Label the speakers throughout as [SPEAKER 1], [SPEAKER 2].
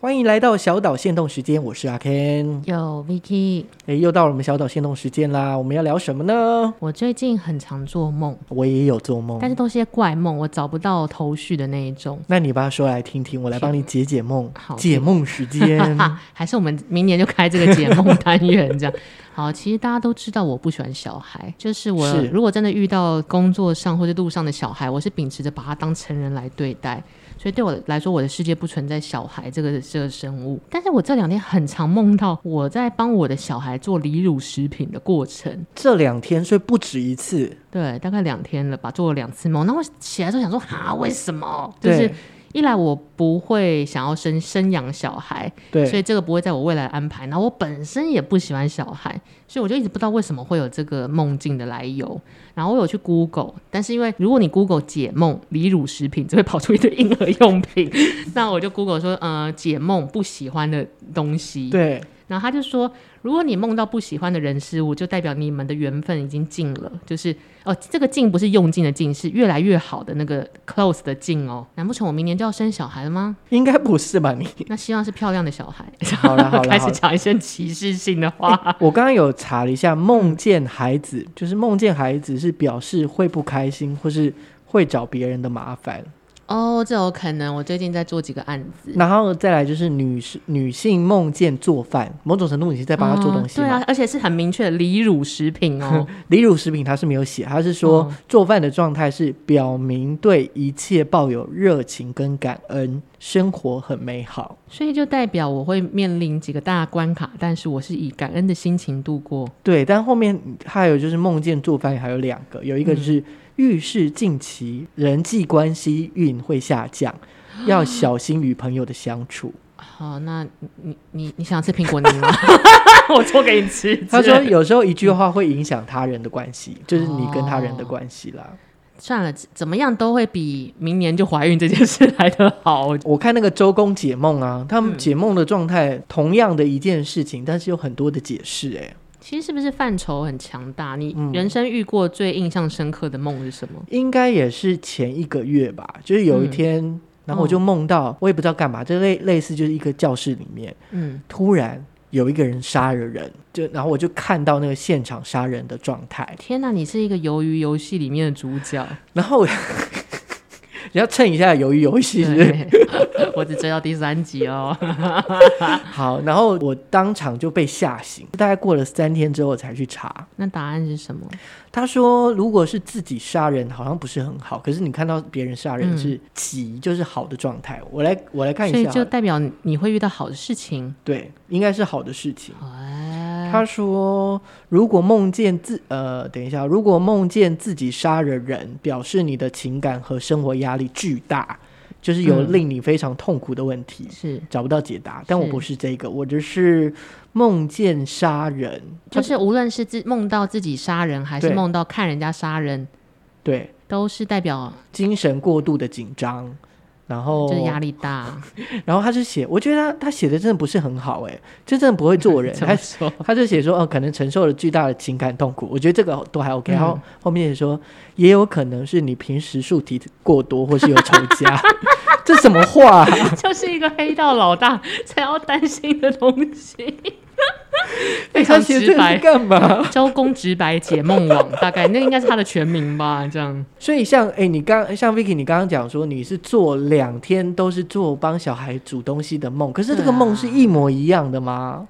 [SPEAKER 1] 欢迎来到小岛限动时间，我是阿 Ken。
[SPEAKER 2] 有 Vicky，
[SPEAKER 1] 诶，又到了我们小岛限动时间啦，我们要聊什么呢？
[SPEAKER 2] 我最近很常做梦，
[SPEAKER 1] 我也有做梦
[SPEAKER 2] 但，是都是些怪梦，我找不到头绪的那一种。
[SPEAKER 1] 那你把它说来听听，我来帮你解解梦。
[SPEAKER 2] 好，
[SPEAKER 1] 解梦时间
[SPEAKER 2] 还是我们明年就开这个解梦单元这样。好，其实大家都知道我不喜欢小孩，就是我
[SPEAKER 1] 是
[SPEAKER 2] 如果真的遇到工作上或者路上的小孩，我是秉持着把他当成人来对待，所以对我来说，我的世界不存在小孩这个这个生物。但是我这两天很常梦到我在帮我的小孩做离乳食品的过程，
[SPEAKER 1] 这两天睡不止一次，
[SPEAKER 2] 对，大概两天了吧，做了两次梦。那我起来之后想说，哈，为什么？就
[SPEAKER 1] 对
[SPEAKER 2] 是一来我不会想要生生养小孩，所
[SPEAKER 1] 对，
[SPEAKER 2] 以这个不会在我未来的安排。然后我本身也不喜欢小孩，所以我就一直不知道为什么会有这个梦境的来由。然后我有去 Google，但是因为如果你 Google 解梦离乳食品，只会跑出一堆婴儿用品。 那我就 Google 说，呃，解梦不喜欢的东西。
[SPEAKER 1] 对，
[SPEAKER 2] 然后他就说，如果你梦到不喜欢的人事物，就代表你们的缘分已经尽了，就是哦，这个尽不是用尽的尽，是越来越好的那个 close 的尽哦。难不成我明年就要生小孩了 吗？
[SPEAKER 1] 应该不是 吧？你
[SPEAKER 2] 那希望是漂亮的小孩。
[SPEAKER 1] 好了 好了
[SPEAKER 2] 开
[SPEAKER 1] 好
[SPEAKER 2] 始
[SPEAKER 1] 了。
[SPEAKER 2] 讲一些歧视性的话。
[SPEAKER 1] 我刚刚有查了一下，梦见孩子就是梦见孩子是表示会不开心，或是会找别人的麻烦。
[SPEAKER 2] 哦，这有可能。我最近在做几个案子，
[SPEAKER 1] 然后再来就是女士女性梦见做饭，某种程度你是在帮她做东西
[SPEAKER 2] 哦对
[SPEAKER 1] 嘛？
[SPEAKER 2] 啊，而且是很明确的离乳食 品 哦。
[SPEAKER 1] 离乳食品它是没有写，它是说、
[SPEAKER 2] 嗯
[SPEAKER 1] 做饭的状态是表明对一切抱有热情跟感恩，生活很美好。
[SPEAKER 2] 所以就代表我会面临几个大关卡，但是我是以感恩的心情度过。
[SPEAKER 1] 对，但后面还有就是梦见做饭，还有两个，有一个就是遇事近期人际关系运会下降，要小心与朋友的相处。
[SPEAKER 2] 好，那你你你你想吃苹果泥吗？ 我做给你 吃。
[SPEAKER 1] 他说有时候一句话会影响他人的关系，就是你跟他人的关系啦。
[SPEAKER 2] 算了，怎么样都会比明年就怀孕这件事来得好。
[SPEAKER 1] 我看那个周公解梦啊，他们解梦的状态，同样的一件事情，但是有很多的解释、哎，
[SPEAKER 2] 其实是不是范畴很强大？你
[SPEAKER 1] 嗯
[SPEAKER 2] 人生遇过最印象深刻的梦是什么？
[SPEAKER 1] 应该也是前一个月吧，就是有一
[SPEAKER 2] 嗯
[SPEAKER 1] 天，然后我就梦到，我也不知道干嘛，就类类似就是一个教室里面，
[SPEAKER 2] 嗯，
[SPEAKER 1] 突然有一个人杀了人，就然后我就看到那个现场杀人的状态，
[SPEAKER 2] 天哪，你是一个鱿鱼游戏里面的主角。
[SPEAKER 1] 然后我 你要蹭一下鱿鱼游戏是不是
[SPEAKER 2] 对， 我只追到第三集哦。
[SPEAKER 1] 好，然后我当场就被吓醒，大概过了三天之后我才去查，
[SPEAKER 2] 那答案是什么？
[SPEAKER 1] 他说，如果是自己杀人，好像不是很好。可是你看到别人杀人
[SPEAKER 2] 嗯
[SPEAKER 1] 是急，就是好的状态。我来，我来看
[SPEAKER 2] 所
[SPEAKER 1] 一
[SPEAKER 2] 以
[SPEAKER 1] 下好
[SPEAKER 2] 就
[SPEAKER 1] 了，
[SPEAKER 2] 代表你会遇到好的事情。
[SPEAKER 1] 对，应该是好的事情。
[SPEAKER 2] 哎，
[SPEAKER 1] 他说，如果梦见自呃，等一下，如果梦见自己杀了人，表示你的情感和生活压力巨大，就是有
[SPEAKER 2] 嗯
[SPEAKER 1] 令你非常痛苦的问题。
[SPEAKER 2] 是，
[SPEAKER 1] 找不到解答，但我
[SPEAKER 2] 是
[SPEAKER 1] 不是这个，我就是梦见杀人，
[SPEAKER 2] 就
[SPEAKER 1] 他
[SPEAKER 2] 是无论是自梦到自己杀人，还是
[SPEAKER 1] 对
[SPEAKER 2] 梦到看人家杀人，
[SPEAKER 1] 对
[SPEAKER 2] 都是代表
[SPEAKER 1] 精神过度的紧张，然后
[SPEAKER 2] 就是压力大。
[SPEAKER 1] 然后他就写，我觉得他他写的真的不是很好哎、这真的不会做人。
[SPEAKER 2] 怎么
[SPEAKER 1] 他
[SPEAKER 2] 说？
[SPEAKER 1] 他就写说，哦，可能承受了巨大的情感痛苦，我觉得这个都还 OK。
[SPEAKER 2] 嗯
[SPEAKER 1] 然后后面也说，也有可能是你平时数题过多，或是有仇 家， 这什么话、啊
[SPEAKER 2] 就是一个黑道老大才要担心的东 西。
[SPEAKER 1] 哎，
[SPEAKER 2] 非
[SPEAKER 1] 他
[SPEAKER 2] 常
[SPEAKER 1] 写
[SPEAKER 2] 直
[SPEAKER 1] 这是
[SPEAKER 2] 白，
[SPEAKER 1] 干嘛？
[SPEAKER 2] 周公直白解梦网，大概那应该是他的全名吧？这样。
[SPEAKER 1] 所以像哎，你刚像 Vicky，你刚刚讲说你是做两天都是做帮小孩煮东西的梦，可是这个
[SPEAKER 2] 对啊
[SPEAKER 1] 梦是一模一样的吗？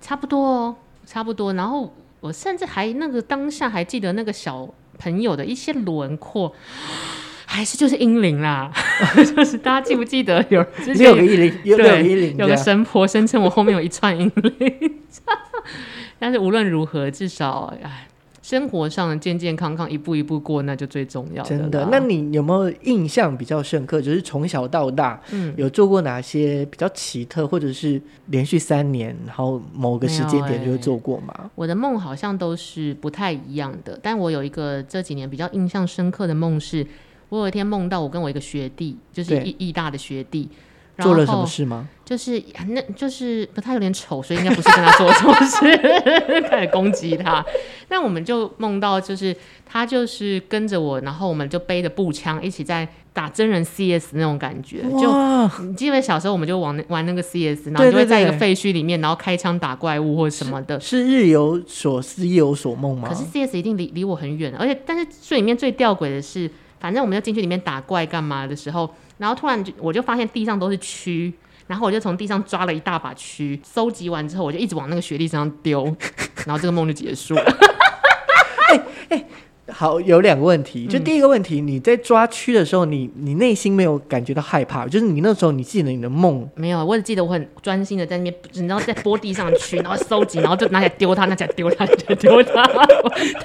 [SPEAKER 2] 差不多哦，差不多。然后我甚至还那个当下还记得那个小朋友的一些轮廓， 还是就是英灵啦， 就是大家记不记得有之前
[SPEAKER 1] 六个
[SPEAKER 2] 有
[SPEAKER 1] 一零，有六个
[SPEAKER 2] 对
[SPEAKER 1] 一零这样，
[SPEAKER 2] 有个神婆声称我后面有一串英灵， 但是无论如何，至少哎，生活上健健康康一步一步过，那就最重要
[SPEAKER 1] 真
[SPEAKER 2] 的
[SPEAKER 1] 的
[SPEAKER 2] 啦。，
[SPEAKER 1] 那你有没有印象比较深刻？就是从小到大，
[SPEAKER 2] 嗯
[SPEAKER 1] 有做过哪些比较奇特，或者是连续三年，然后某个时间点就会做过吗？
[SPEAKER 2] 我的梦好像都是不太一样的，但我有一个这几年比较印象深刻的梦是，我有一天梦到我跟我一个学弟，就是
[SPEAKER 1] 对
[SPEAKER 2] 艺艺大的学弟，然
[SPEAKER 1] 做
[SPEAKER 2] 后
[SPEAKER 1] 了什么事吗？
[SPEAKER 2] 就是那就是不他有点丑，所以应该不是跟他做错事， 开始攻击他。那我们就梦到，就是他就是跟着我，然后我们就背着步枪一起在打真人 CS 那种感觉。就
[SPEAKER 1] 哇，
[SPEAKER 2] 你记得小时候我们就玩那玩那个 CS，然后你就
[SPEAKER 1] 对对
[SPEAKER 2] 会在一个
[SPEAKER 1] 对
[SPEAKER 2] 废墟里面，然后开枪打怪物或什么的。
[SPEAKER 1] 是日有所思，夜有所梦吗
[SPEAKER 2] 可？是 CS 一定离离我很远，啊而且但是最里面最吊诡的是，反正我们要进去里面打怪干嘛的时候，然后突然就我就发现地上都是蛆。然后我就从地上抓了一大把蛆，收集完之后我就一直往那个雪地上丢， 然后这个梦就结束了。
[SPEAKER 1] 好，有两个问题。
[SPEAKER 2] 嗯
[SPEAKER 1] 就第一个问题，你在抓蛆的时候，你你内心没有感觉到害怕，就是你那时候你记得你的梦，
[SPEAKER 2] 没有，我只记得我很专心的在那边，然后在拨地上蛆，然后收集，然后就拿起来丢它，拿起来丢它， 拿起来丢它，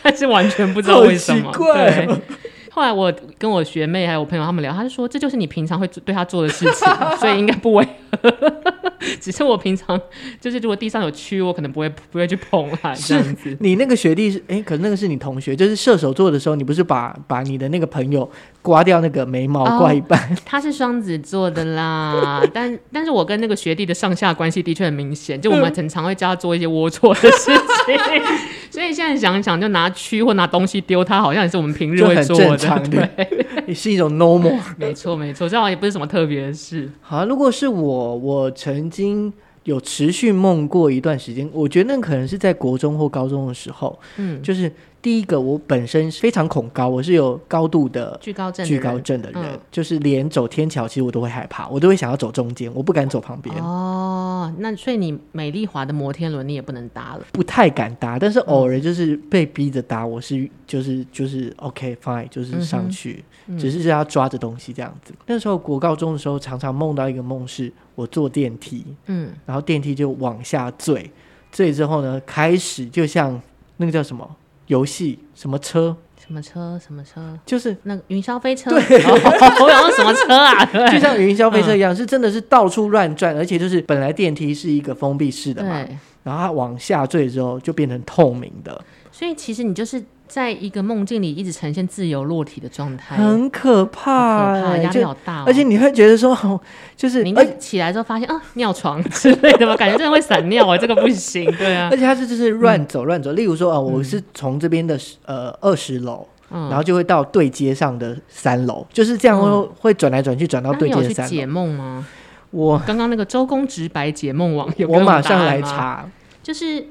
[SPEAKER 2] 但是完全不知道为什么。
[SPEAKER 1] 好奇怪哦
[SPEAKER 2] 对。后来我跟我学妹还有我朋友他们聊，他就说这就是你平常会做对他做的事情，所以应该不违和。 只是我平常就是如果地上有蛆，我可能不会不会去碰它啊这样子。
[SPEAKER 1] 你那个学弟是哎、可是那个是你同学，就是射手座的时候，你不是把把你的那个朋友刮掉那个眉毛
[SPEAKER 2] 哦
[SPEAKER 1] 刮一半？
[SPEAKER 2] 他是双子座的啦， 但但是我跟那个学弟的上下关系的确很明显，就我
[SPEAKER 1] 嗯
[SPEAKER 2] 们很常会教他做一些龌龊的事情， 所以现在想一想，就拿蛆或拿东西丢他，好像也是我们平日
[SPEAKER 1] 就
[SPEAKER 2] 会
[SPEAKER 1] 很
[SPEAKER 2] 做
[SPEAKER 1] 正
[SPEAKER 2] 的，
[SPEAKER 1] 常
[SPEAKER 2] 对，
[SPEAKER 1] 也是一种 normal。
[SPEAKER 2] 没错没错，这好像也不是什么特别的事，
[SPEAKER 1] 好啊，如果是我，我曾经有持续梦过一段时间，我觉得那可能是在国中或高中的时候。
[SPEAKER 2] 嗯，
[SPEAKER 1] 就是第一个，我本身是非常恐高，我是有高度的
[SPEAKER 2] 惧高症的
[SPEAKER 1] 惧
[SPEAKER 2] 人，
[SPEAKER 1] 高症的人，
[SPEAKER 2] 嗯
[SPEAKER 1] 就是连走天桥，其实我都会害怕，我都会想要走中间，我不敢走旁边。
[SPEAKER 2] 哦，那所以你美丽华的摩天轮你也不能搭了，
[SPEAKER 1] 不太敢搭，但是
[SPEAKER 2] 嗯
[SPEAKER 1] 偶尔就是被逼着搭，我是就是就是 OK fine，就是
[SPEAKER 2] 嗯
[SPEAKER 1] 上去，只是要抓着东西这样子。那时候国高中的时候，常常梦到一个梦是，我坐电梯，
[SPEAKER 2] 嗯，
[SPEAKER 1] 然后电梯就往下坠，坠之后呢，开始就像那个叫什么游戏什么车，
[SPEAKER 2] 什么车什么车，
[SPEAKER 1] 就是
[SPEAKER 2] 那个云霄飞车，哦我想说什么车啊，对嗯
[SPEAKER 1] 就像云霄飞车一样，是真的是到处乱转，而且就是本来电梯是一个封闭式的嘛，
[SPEAKER 2] 对。
[SPEAKER 1] 然后它往下坠之后就变成透明的，
[SPEAKER 2] 所以其实你就是在一个梦境里一直呈现自由落体的状态，好
[SPEAKER 1] 很可
[SPEAKER 2] 哎可
[SPEAKER 1] 怕、
[SPEAKER 2] 怕，
[SPEAKER 1] 欸，
[SPEAKER 2] 压
[SPEAKER 1] 就
[SPEAKER 2] 力好大、哦。
[SPEAKER 1] 而且你会觉得说， 哦就是
[SPEAKER 2] 你应
[SPEAKER 1] 而
[SPEAKER 2] 该起来之后发现啊，尿床之类的吧，感觉真的会闪尿啊，这个不行，对啊
[SPEAKER 1] 而，且它是就是乱走乱走。例如说啊、我是从这边的呃二十楼，
[SPEAKER 2] 嗯，
[SPEAKER 1] 然后就会到对接上的三楼，就是这样会、
[SPEAKER 2] 嗯
[SPEAKER 1] 会转来转去转到
[SPEAKER 2] 那
[SPEAKER 1] 对
[SPEAKER 2] 你
[SPEAKER 1] 接
[SPEAKER 2] 有
[SPEAKER 1] 的
[SPEAKER 2] 去
[SPEAKER 1] 三
[SPEAKER 2] 解
[SPEAKER 1] 楼。
[SPEAKER 2] 梦吗？
[SPEAKER 1] 我
[SPEAKER 2] 刚刚那个周公直白解梦网有给
[SPEAKER 1] 我
[SPEAKER 2] 们
[SPEAKER 1] 马
[SPEAKER 2] 答
[SPEAKER 1] 上
[SPEAKER 2] 案
[SPEAKER 1] 来
[SPEAKER 2] 吗，
[SPEAKER 1] 查，
[SPEAKER 2] 就是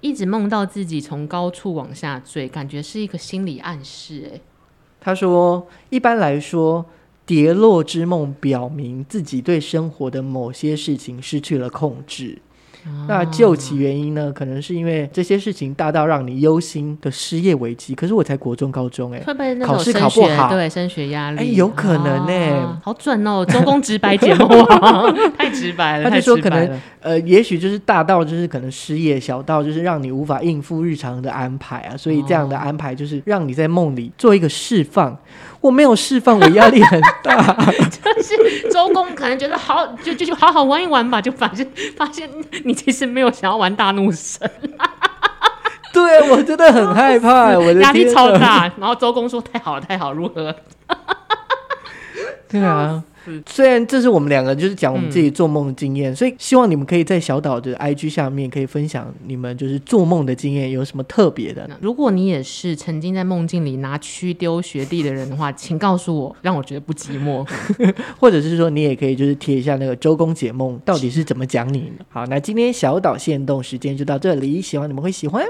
[SPEAKER 2] 一直梦到自己从高处往下坠，感觉是一个心理暗示、哎，
[SPEAKER 1] 他说一般来说。跌落之梦表明自己对生活的某些事情失去了控制。
[SPEAKER 2] 啊
[SPEAKER 1] 那究其原因呢？可能是因为这些事情大到让你忧心的失业危机。可是我才国中、高中、欸，
[SPEAKER 2] 会不会那
[SPEAKER 1] 考
[SPEAKER 2] 种
[SPEAKER 1] 试
[SPEAKER 2] 升
[SPEAKER 1] 考不
[SPEAKER 2] 学
[SPEAKER 1] 好
[SPEAKER 2] 对升学压力？
[SPEAKER 1] 哎有可能欸呢
[SPEAKER 2] 啊好准哦！周公直白解梦网， 太直白
[SPEAKER 1] 他
[SPEAKER 2] 了。
[SPEAKER 1] 就
[SPEAKER 2] 太
[SPEAKER 1] 说
[SPEAKER 2] 直
[SPEAKER 1] 可
[SPEAKER 2] 白
[SPEAKER 1] 能
[SPEAKER 2] 了
[SPEAKER 1] 呃，也许就是大到就是可能失业，小到就是让你无法应付日常的安排啊，所以这
[SPEAKER 2] 哦
[SPEAKER 1] 样的安排就是让你在梦里做一个释放。我没有释放，我压力很大。
[SPEAKER 2] 是周公可能觉得好，就就就好好玩一玩吧，就发现发现你其实没有想要玩大怒
[SPEAKER 1] 哎
[SPEAKER 2] 神，
[SPEAKER 1] 对我真的很害怕，我的
[SPEAKER 2] 压力
[SPEAKER 1] 天
[SPEAKER 2] 超
[SPEAKER 1] 啊。
[SPEAKER 2] 大。然后周公说：“太好了，太好了，如何
[SPEAKER 1] 对啊
[SPEAKER 2] 死。
[SPEAKER 1] 虽然这是我们两个就是讲我们自己
[SPEAKER 2] 嗯
[SPEAKER 1] 做梦的经验，所以希望你们可以在小岛的 IG 下面可以分享你们就是做梦的经验有什么特别的？”。
[SPEAKER 2] 如果你也是曾经在梦境里拿蛆丢学弟的人的话，请告诉我，让我觉得不寂寞。
[SPEAKER 1] 或者是说你也可以就是贴一下那个周公解梦到底是怎么讲你呢？好，那今天小岛限动时间就到这里，希望你们会喜欢。